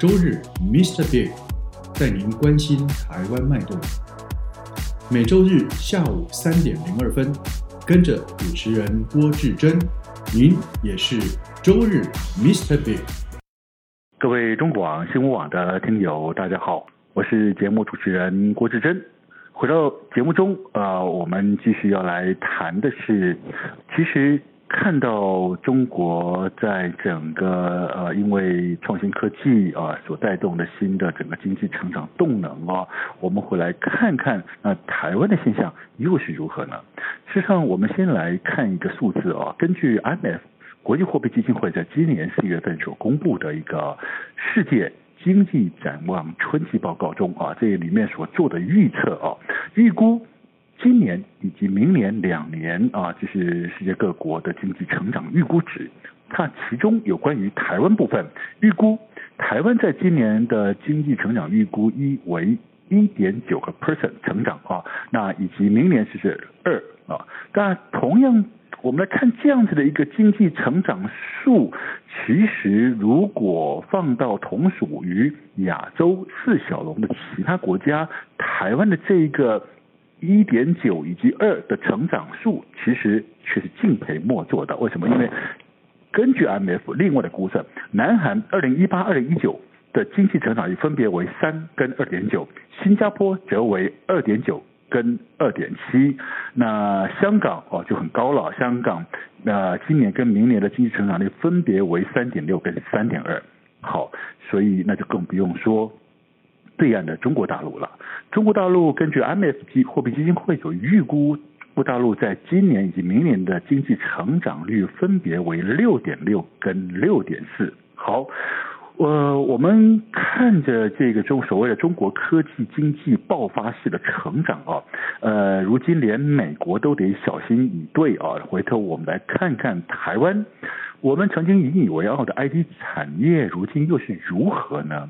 周日，Mr. Big 带您关心台湾脉动。每周日下午三点零二分，跟着主持人郭志珍，您也是周日 Mr. Big。各位中广新闻网的听友，大家好，我是节目主持人郭志珍。回到节目中，呃，我们继续要来谈的是，其实。看到中国在整个呃，因为创新科技啊、呃、所带动的新的整个经济成长动能啊、哦，我们会来看看那、呃、台湾的现象又是如何呢？事实上，我们先来看一个数字啊、哦，根据 IMF 国际货币基金会在今年四月份所公布的一个世界。经济展望春季报告中啊，这里面所做的预测啊，预估。今年以及明年两年啊，就是世界各国的经济成长预估值。它其中有关于台湾部分，预估台湾在今年的经济成长预估一为一点九个 percent 成长啊，那以及明年是二啊。那同样，我们来看这样子的一个经济成长数，其实如果放到同属于亚洲四小龙的其他国家，台湾的这个。一点九以及二的成长数，其实却是敬陪莫做的。为什么？因为根据 IMF 另外的估算，南韩二零一八、二零一九的经济成长率分别为三跟二点九，新加坡则为二点九跟二点七。那香港哦就很高了，香港呃今年跟明年的经济成长率分别为三点六跟三点二。好，所以那就更不用说。对岸的中国大陆了。中国大陆根据 IMF 货币基金会所预估，中国大陆在今年以及明年的经济成长率分别为六点六跟六点四。好，呃，我们看着这个中所谓的中国科技经济爆发式的成长啊，呃，如今连美国都得小心以对啊。回头我们来看看台湾，我们曾经引以为傲的 IT 产业，如今又是如何呢？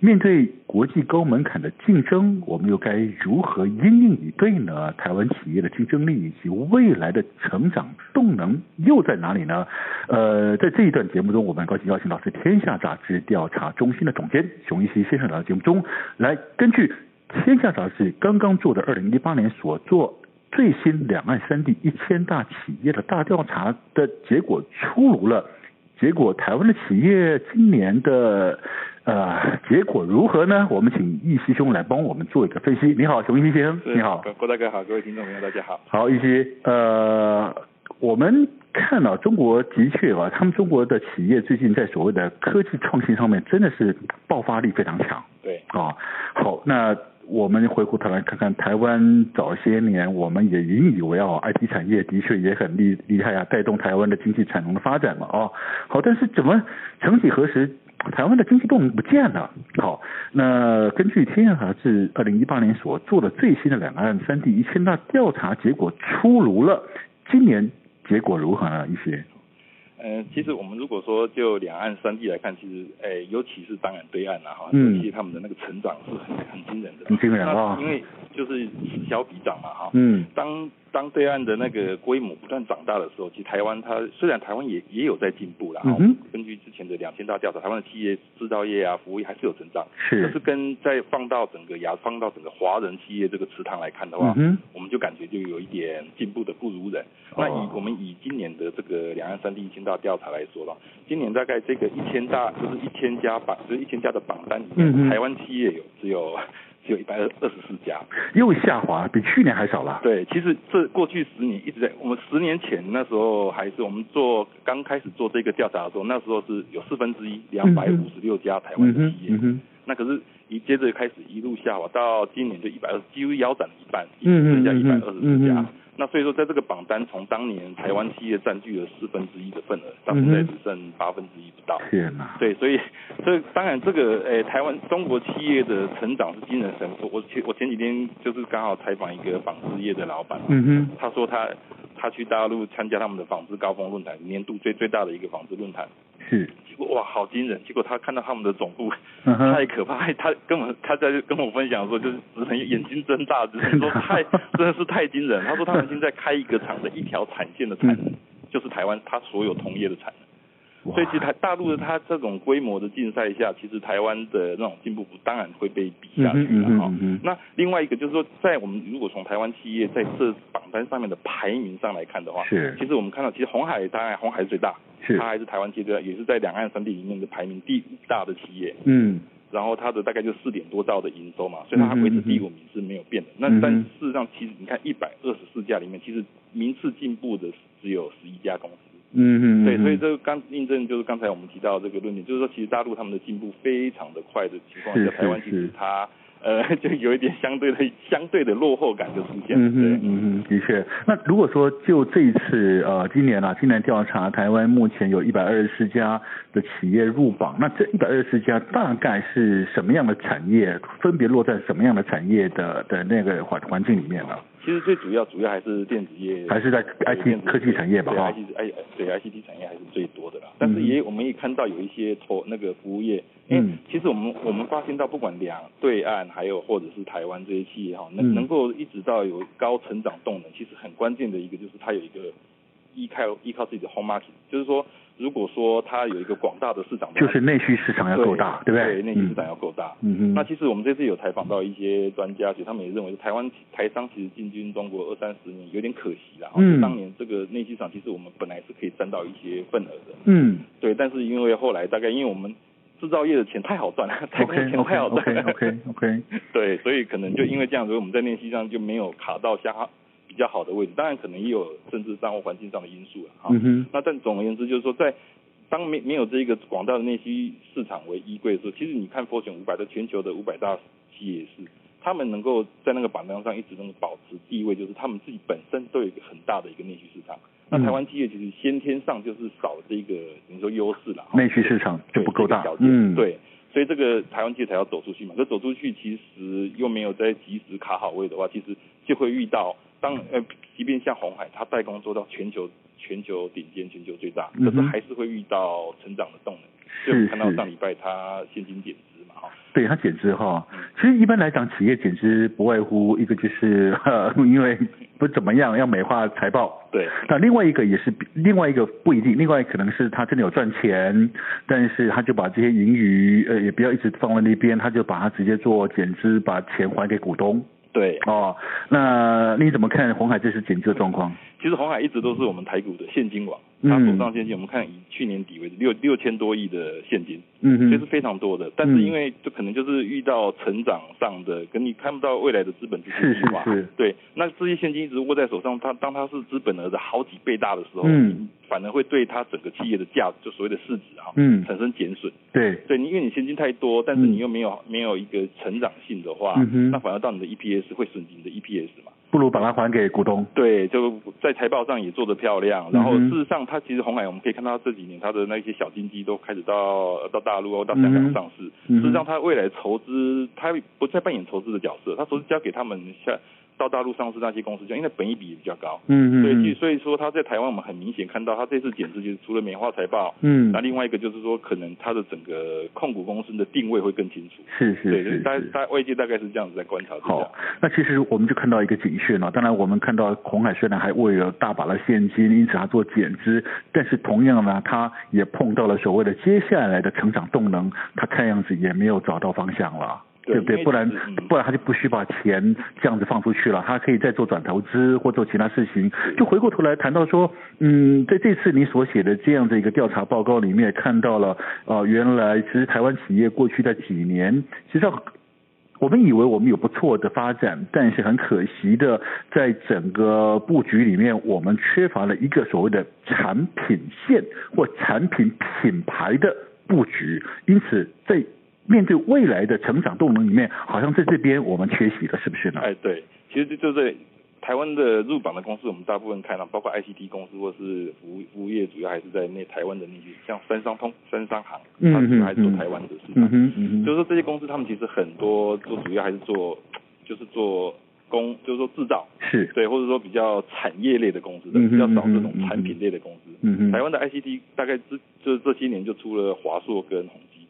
面对国际高门槛的竞争，我们又该如何因应以对呢？台湾企业的竞争力以及未来的成长动能又在哪里呢？呃，在这一段节目中，我们高兴邀请到是《天下》杂志调查中心的总监熊一西先生来到节目中来，根据《天下》杂志刚刚做的二零一八年所做最新两岸三地一千大企业的大调查的结果出炉了。结果，台湾的企业今年的呃结果如何呢？我们请易师兄来帮我们做一个分析。你好，熊易先生，你好，郭大哥好，各位听众朋友大家好。好，易师，呃，我们看到、啊、中国的确啊，他们中国的企业最近在所谓的科技创新上面真的是爆发力非常强。对。啊，好，那。我们回过头来看看台湾早些年，我们也引以为傲，IT 产业的确也很厉厉害啊，带动台湾的经济产能的发展嘛，哦，好，但是怎么曾几何时，台湾的经济动能不见了？好，那根据天下杂志二零一八年所做的最新的两岸三地一千大调查结果出炉了，今年结果如何呢？一些？嗯、呃，其实我们如果说就两岸三地来看，其实，哎、欸，尤其是当然对岸啦、啊、哈，嗯，其实他们的那个成长是很很惊人的，很惊人啊，因为就是此消彼长嘛哈，嗯，当当对岸的那个规模不断长大的时候，其实台湾它虽然台湾也也有在进步啦，嗯，根据之前的两千大调查，台湾的企业制造业啊、服务业还是有成长，是，可是跟在放到整个亚放到整个华人企业这个池塘来看的话，嗯，我们就感觉就有一点进步的不如人。哦、那以我们以今年的这个两岸三地一千大调查来说了，今年大概这个一千大就是一千家榜，就是一千家的榜单里嗯面，台湾企业有只有只有一百二二十四家，又下滑，比去年还少了。对，其实这过去十年一直在，我们十年前那时候还是我们做刚开始做这个调查的时候，那时候是有四分之一两百五十六家台湾的企业。嗯嗯嗯那可是，一接着开始一路下滑，到今年就一百二，几乎腰斩了一半，嗯嗯剩下一百二十四嗯家嗯。那所以说，在这个榜单从当年台湾企业占据了四分之一的份额，到现在嗯只哼剩八分之一不到。天哪！对，所以 这当然这个诶、台湾中国企业的成长是惊人神速。我前我前几天就是刚好采访一个纺织业的老板，嗯他说他他去大陆参加他们的纺织高峰论坛，年度最最大的一个纺织论坛，哼，是，结果哇好惊人，结果他看到他们的总部嗯哼，太可怕，他跟我他在跟我分享说，就是嗯只能眼睛睁大，只能说太真的是太惊人。他说他们已经在开一个厂的一条产线的产能，嗯就是台湾它所有同业的产能。所以其实台大陆的它这种规模的竞赛下，其实台湾的那种进步当然会被比下去嗯了哼嗯哈、哼嗯哼那另外一个就是说，在我们如果从台湾企业在这榜单上面的排名上来看的话，是其实我们看到，其实红海当然红海是最大，是它还是台湾企业最大，也是在两岸三地里面的排名第五大的企业。嗯然后它的大概就四点多兆的营收嘛，所以它还维持第五名是没有变的。那嗯嗯哼但事实上，其实你看一百二十四家里面，其实名次进步的只有十一家公司。嗯哼，对，所以这这个刚印证就是刚才我们提到的这个论点，就是说其实大陆他们的进步非常的快的情况是下，是台湾其是实它呃 就有一点相对的相对的落后感就出现了。嗯对哼，嗯哼，的确。那如果说就这一次呃，今年啊，今年调查台湾目前有一百二十四家的企业入榜，那这一百二十四家大概是什么样的产业，分别落在什么样的产业的的那个环环境里面呢？其实最主要主要还是电子业，还是在对 IT 电子科技产业吧对哈嗯 i t I 对 ICT 产业还是最多的啦。但是也我们也看到有一些投那个服务业，因为嗯其实我们我们发现到不管两对岸还有或者是台湾这些企业哈，能嗯能够一直到有高成长动能，其实很关键的一个就是它有一个依靠依靠自己的 home market，就是说如果说它有一个广大的市场的话，就是内需市场要够大，对不对，内需市场要。要够大。嗯哼，那其实我们这次有采访到一些专家，其实他们也认为台湾台商其实进军中国二三十年有点可惜啦。嗯就当年这个内需市场其实我们本来是可以占到一些份额的，嗯。对，但是因为后来大概因为我们制造业的钱太好赚了，台湾的 OK 钱 OK 太好赚 OK 了 OK OK， 对，所以可能就因为这样，所以我们在内需上就没有卡到像比较好的位置，当然可能也有政治上或环境上的因素了哈。嗯哼，那但总而言之，就是说在当没没有这个广大的内需市场为依归的时候，其实你看 Fortune 五百在全球的五百大企业也是，他们能够在那个榜单上一直能够保持地位，就是他们自己本身都有一个很大的一个内需市场。那嗯台湾企业其实先天上就是少这个等于说优势了，内需市场就不够大对这个条，件嗯，，对。所以这个台湾企业才要走出去嘛，这走出去其实又没有在及时卡好位的话，其实就会遇到当呃，即便像红海，它代工做到全球全球顶尖、全球最大，可是嗯哼还是会遇到成长的动能。是就我们看到是上礼拜它现金减资嘛，哈，对它减资哈，嗯其实一般来讲，企业减资不外乎一个就是呵 因为不怎么样，要美化财报。对那另外一个也是，另外一个不一定，另外可能是他真的有赚钱，但是他就把这些盈余，呃，也不要一直放在那边，他就把它直接做减资，把钱还给股东。对。哦，那你怎么看红海这次减资的状况？其实红海一直都是我们台股的现金王，嗯它手上现金，我们看以去年底为止六六千多亿的现金，嗯所以是哼，非常多的。但是因为就可能就是遇到成长上的，跟你看不到未来的资本支出计划，是是是对。那这些现金一直握在手上，它当它是资本额的好几倍大的时候，嗯你反而会对它整个企业的价值，就所谓的市值啊，嗯产生减损。对，对，你因为你现金太多，但是嗯你又没有、没有一个成长性的话，嗯哼那反而到你的 EPS 会损及你的 EPS 嘛。不如把它还给股东。对，就在财报上也做得漂亮，然后嗯哼事实上，它其实红海我们可以看到这几年它的那些小金鸡都开始到到大陆哦，到香嗯港哼上市。嗯哼事实上，它未来筹资，它不再扮演筹资的角色，它筹资交给他们下到大陆上市那些公司，就因为本益比也比较高。嗯所以嗯其，所以说它在台湾我们很明显看到，它这次减资就是除了美化财报，嗯那，另外一个就是说可能它的整个控股公司的定位会更清楚。是是对，就是是大是。大外界大概是这样子在观察这样好。，那其实我们就看到一个警讯了。当然，我们看到红海虽然还握有大把的现金，因此它做减资，但是同样呢，它也碰到了所谓的接下来的成长动能，它看样子也没有找到方向了。对对不对？因为不然其实嗯不然他就不需把钱这样子放出去了，他可以再做转投资或做其他事情。就回过头来谈到说，嗯，在这次你所写的这样的一个调查报告里面，也看到了呃，原来其实台湾企业过去的几年，实际上我们以为我们有不错的发展，但是很可惜的，在整个布局里面，我们缺乏了一个所谓的产品线或产品品牌的布局，因此在面对未来的成长动能里面，好像在这边我们缺席了，是不是呢？ 哎，对，其实这就是台湾的入榜的公司，我们大部分看到，包括 ICT 公司或是服务服务业，主要还是在内台湾的那些，像三商通、三商行，嗯它主要还是做嗯嗯台湾的市场。嗯哼嗯哼，就是说这些公司，他们其实很多做主要还是做，就是做工，就是说制造，是对，或者说比较产业类的公司的，嗯哼比较少这嗯种哼产品类的公司。嗯哼台湾的 ICT 大概这这这些年就出了华硕跟宏基，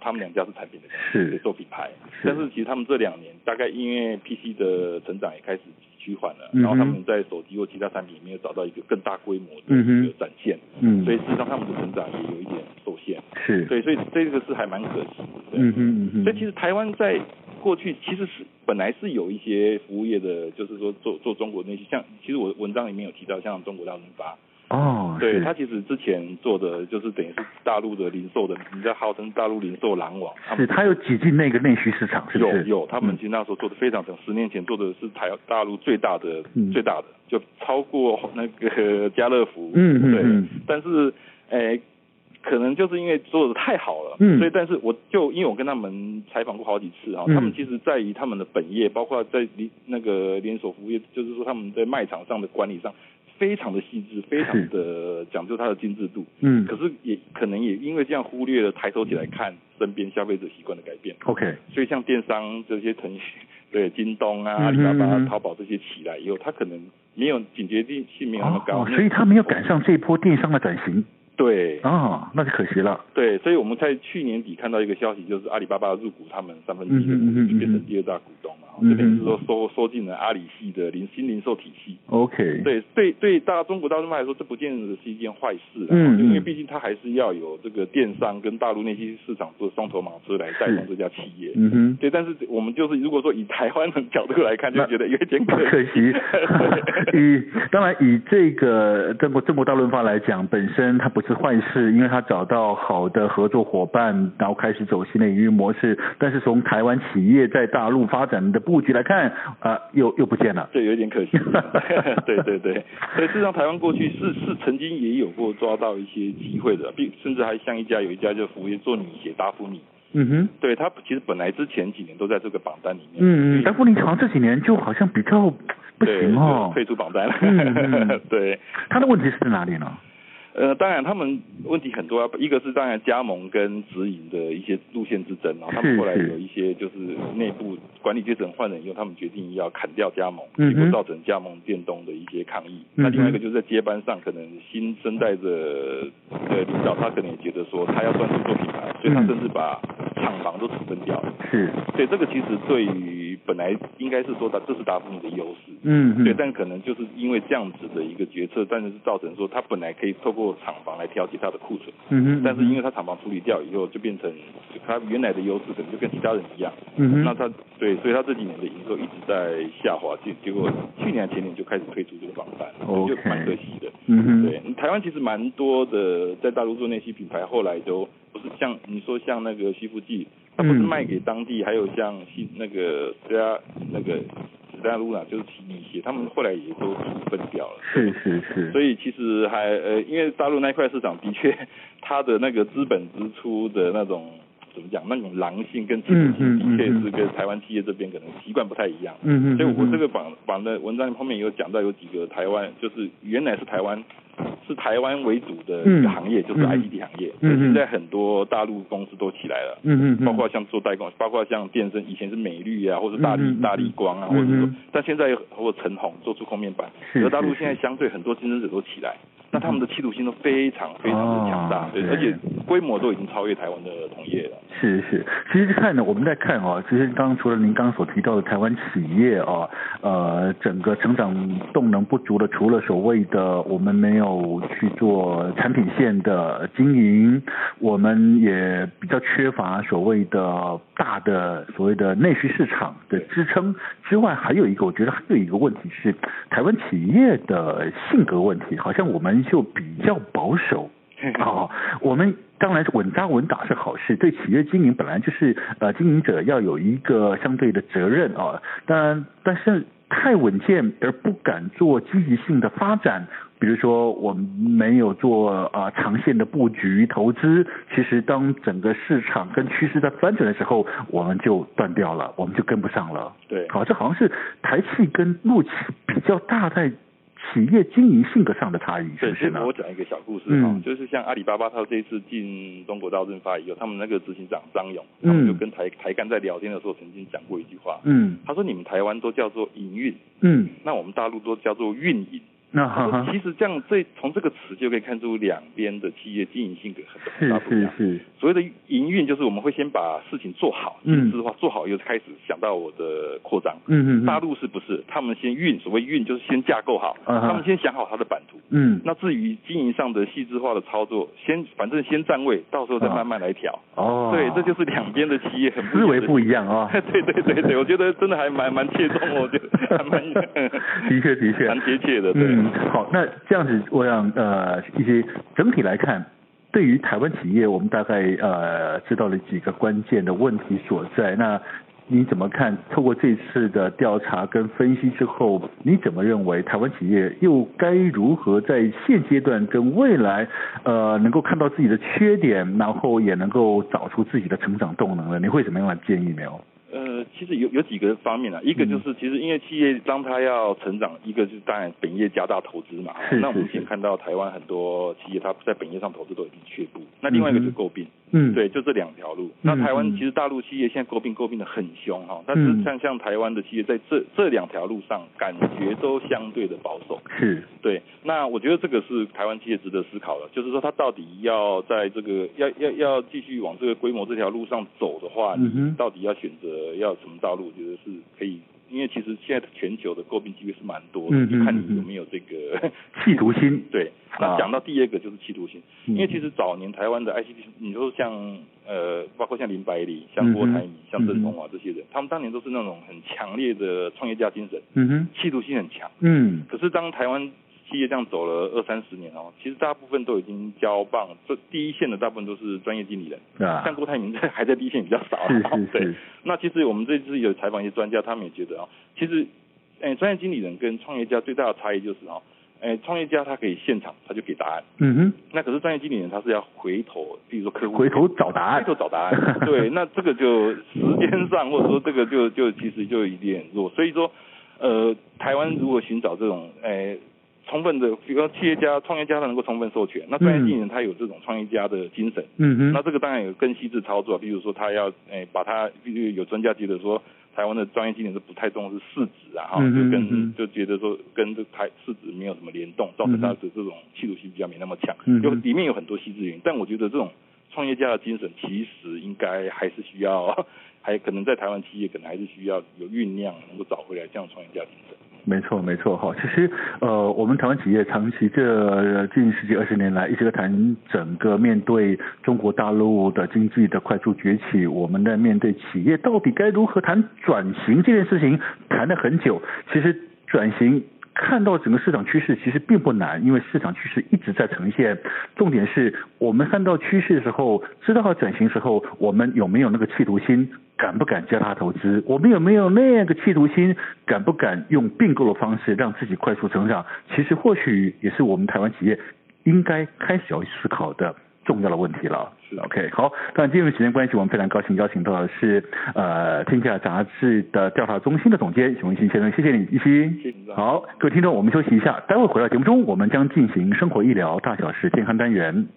他们两家是产品的公司，是对做品牌。是但是其实他们这两年大概因为 PC 的成长也开始趋缓了，嗯哼然后他们在手机或其他产品里面又找到一个更大规模的嗯哼一个展现，嗯所以事实上他们的成长也有一点受限。是对，所以这个是还蛮可惜的。对嗯哼嗯哼，所以其实台湾在过去其实是本来是有一些服务业的，就是说做做中国那些，像其实我文章里面有提到，像中国大润发，哦对是他其实之前做的就是等于是大陆的零售的，人家号称大陆零售狼王，他是们它有挤进那个内需市场，是不有是？有，他们嗯其实那时候做的非常成，十年前做的是台大陆最大的、嗯最大的，就超过那个家乐福，嗯嗯对，嗯但是诶。可能就是因为做的太好了，嗯所以但是我就因为我跟他们采访过好几次啊，嗯他们其实在于他们的本业，包括在连那个连锁服务业，就是说他们在卖场上的管理上非常的细致，非常的讲究它的精致度，嗯可是也可能也因为这样忽略了抬头起来看身边消费者习惯的改变， ，OK，所以像电商这些腾讯、对京东啊、嗯阿里巴巴、嗯嗯淘宝这些起来以后，它可能没有警觉力性没有那么哦高，哦所以它没有赶上这一波电商的转型对哦，那就可惜了。对，所以我们在去年底看到一个消息，就是阿里巴巴入股他们三分之一嗯的哼嗯哼股，就变嗯成哼第二大股东嘛，嗯哼这边是说收收进了阿里系的零新零售体系。 OK，对对对，大中国大众来说，这不见得是一件坏事啦，嗯嗯因为毕竟它还是要有这个电商跟大陆那些市场做双头马车来带动这家企业。嗯哼，对，但是我们就是如果说以台湾的角度来看，就那觉得有 点可。可惜对以当然以这个中国中国大润发来讲，本身它不是坏事，因为它找到好的合作伙伴，然后开始走新的营运模式。但是从台湾企业在大陆发展的布局来看，呃，又又不见了。 对，有点可惜。 对对对，所以事实上，台湾过去是是曾经也有过抓到一些机会的，并甚至还像一家有一家就服务业做女鞋达芙妮，嗯哼。对它其实本来之前几年都在这个榜单里面，嗯，但布林强这几年就好像比较不对，行就哦。退出榜单了。嗯嗯 对，他的问题是在哪里呢？呃，当然他们问题很多啊，一个是当然加盟跟直营的一些路线之争啊，然后他是们后来是有一些就是内部管理阶层换人以后，他们决定要砍掉加盟，嗯哼结果造成加盟店东的一些抗议。嗯哼那另外一个就是在接班上，可能新生代的呃领导他可能也觉得说他要专注做品牌，所以他嗯甚至把厂房都处分掉了。是，对，这个其实对于本来应该是说达这是达芙妮的优势，嗯哼对，但可能就是因为这样子的一个决策，但是造成说他本来可以透过厂房来调节他的库存，嗯哼，但是因为他厂房处理掉以后，就变成就他原来的优势可能就跟其他人一样，嗯哼那他对，所以他这几年的营收一直在下滑，结结果去年前年就开始退出这个榜单， OK 就蛮可惜的。嗯哼，对，台湾其实蛮多的，在大陆做那些品牌，后来都不是像你说像那个西服记，它不是嗯卖给当地，还有像西那个大家那个史丹露啦，就是女鞋，他们后来也都分掉了。是是是，所以以其实还呃，因为大陆那一块市场的确，它的那个资本支出的那种怎么讲，那种狼性跟技术嗯嗯性，的确嗯嗯是跟台湾企业这边可能习惯不太一样。嗯哼，所以我这个个榜榜的文章后面有讲到有几个台湾，就是原来是台湾是台湾为主的一个行业，就是嗯 ICT 行业。嗯嗯现在很多大陆公司都起来了。嗯哼，包括像做代工，包括像电声，以前是美绿啊，或者大力、嗯嗯嗯大力光啊，嗯或者说嗯，但现在有或者陈红做触控面板，是而大陆是现在相对很多竞争者都起来，那他们的企图心都非常非常的强大哦，对，对而且规模都已经超越台湾的同业 了。是是，其实看呢，我们在看哦，其实刚刚除了您刚刚所提到的台湾企业哦，呃，整个成长动能不足的，除了所谓的我们没有去做产品线的经营，我们也比较缺乏所谓的大的所谓的内需市场的支撑之外，还有一个我觉得还有一个问题是台湾企业的性格问题，好像我们就比较保守。 哦，我们当然是稳扎稳打是好事，对企业经营本来就是呃经营者要有一个相对的责任啊、当然，但是太稳健而不敢做积极性的发展，比如说我们没有做啊、呃、长线的布局投资，其实当整个市场跟趋势在翻转的时候，我们就断掉了，我们就跟不上了。对好，这好像是台企跟陆企比较大在企业经营性格上的差异，是对，不是这呢个？我讲一个小故事哈、嗯就是像阿里巴巴，它这一次进中国大润发以后，他们那个执行长张勇，他们就嗯跟台台干在聊天的时候，曾经讲过一句话，嗯他说你们台湾都叫做营运，嗯，那我们大陆都叫做运营。那他哈说哈，其实这样，这从这个词就可以看出两边的企业经营性格很是大不一是样。是，所谓的营运，就是我们会先把事情做好，嗯定制化做好以后，开始想到我的扩张。嗯嗯嗯，大陆是不是？他们先运，所谓运就是先架构好，啊哈他们先想好它的版图。嗯那至于经营上的细致化的操作，先反正先站位，到时候再慢慢来调。啊哦，对，这就是两边的企业很思维不一一样啊、样的。 对对对对，我觉得真的还蛮蛮切中我，我觉得 还 蛮的确的确蛮贴切的。对，嗯，好，那这样子，我想呃，一些整体来看，对于台湾企业，我们大概呃知道了几个关键的问题所在。那你怎么看？透过这次的调查跟分析之后，你怎么认为台湾企业又该如何在现阶段跟未来，呃，能够看到自己的缺点，然后也能够找出自己的成长动能呢？你会怎么样的建议没有？呃，其实有有几个方面啊，一个嗯就是其实因为企业当它要成长，一个就是当然本业加大投资嘛。是那我们是嗯目前是看到台湾很多企业它在本业上投资都已经缺步。那另外一个就是嗯哼诟病，嗯，，对，就这两条路。那嗯台湾嗯其实大陆企业现在诟病诟病的很凶哈，但是嗯像像台湾的企业在这这两条路上，感觉都相对的保守。是，对，那我觉得这个是台湾企业值得思考的，就是说它到底要在这个要要要继续往这个规模这条路上走的话，嗯哼你到底要选择要什么道路，我觉得是可以。因为其实现在全球的诟病机会是蛮多的，嗯嗯就看嗯嗯你有没有这个企 图心，对，啊那讲到第二个就是企图心，嗯因为其实早年台湾的 ICT，你说像呃，包括像林百里、像郭台铭嗯、哼像郑鹏华这些人，他们当年都是那种很强烈的创业家精神，嗯哼，企图心很强。嗯。可是当台湾企业这样走了二三十年哦，其实大部分都已经交棒，这第一线的大部分都是专业经理人，啊，像郭台铭这还在第一线比较少是啊。是对是，，那其实我们这次有采访一些专家，他们也觉得哦，其实，哎，专业经理人跟创业家最大的差异就是哦，哎，创业家他可以现场他就给答案，嗯那可是专业经理人他是要回头，比如说客哼，户回头找答案回，头找答案，对，那这个就时间上或者说这个就就其实就有点弱，所以说，呃，台湾如果寻找这种哎充分的，比如说企业家、创业家他能够充分授权，那专业经理人他有这种创业家的精神，嗯那哼，这个当然有更细致操作，比如说他要诶、把他，比如有专家觉得说，台湾的专业经理是不太重视市值啊，哈、嗯哼就嗯哼嗯跟就觉得说跟这台市值没有什么联动，造成他的这种企图心比较没那么强，嗯哼有里面有很多细致原因，但我觉得这种创业家的精神其实应该还是需要， 还可能在台湾企业可能还是需要有酝酿，能够找回来这样的创业家精神。没错没错哈。其实呃，我们台湾企业长期这近十几二十年来一直在谈整个面对中国大陆的经济的快速崛起，我们在面对企业到底该如何谈转型这件事情，谈了很久。其实转型看到整个市场趋势其实并不难，因为市场趋势一直在呈现。重点是我们看到趋势的时候，知道它转型的时候，我们有没有那个企图心，敢不敢加大投资？我们有没有那个企图心，敢不敢用并购的方式让自己快速成长？其实或许也是我们台湾企业应该开始要思考的。重要的问题了。是 OK，好，但今日时间关系，我们非常高兴邀请到的是呃《天下》杂志的调查中心的总监许文新先生，谢谢你，一心。谢谢你好，各位听众，我们休息一下，待会回到节目中，我们将进行生活医疗大小事健康单元。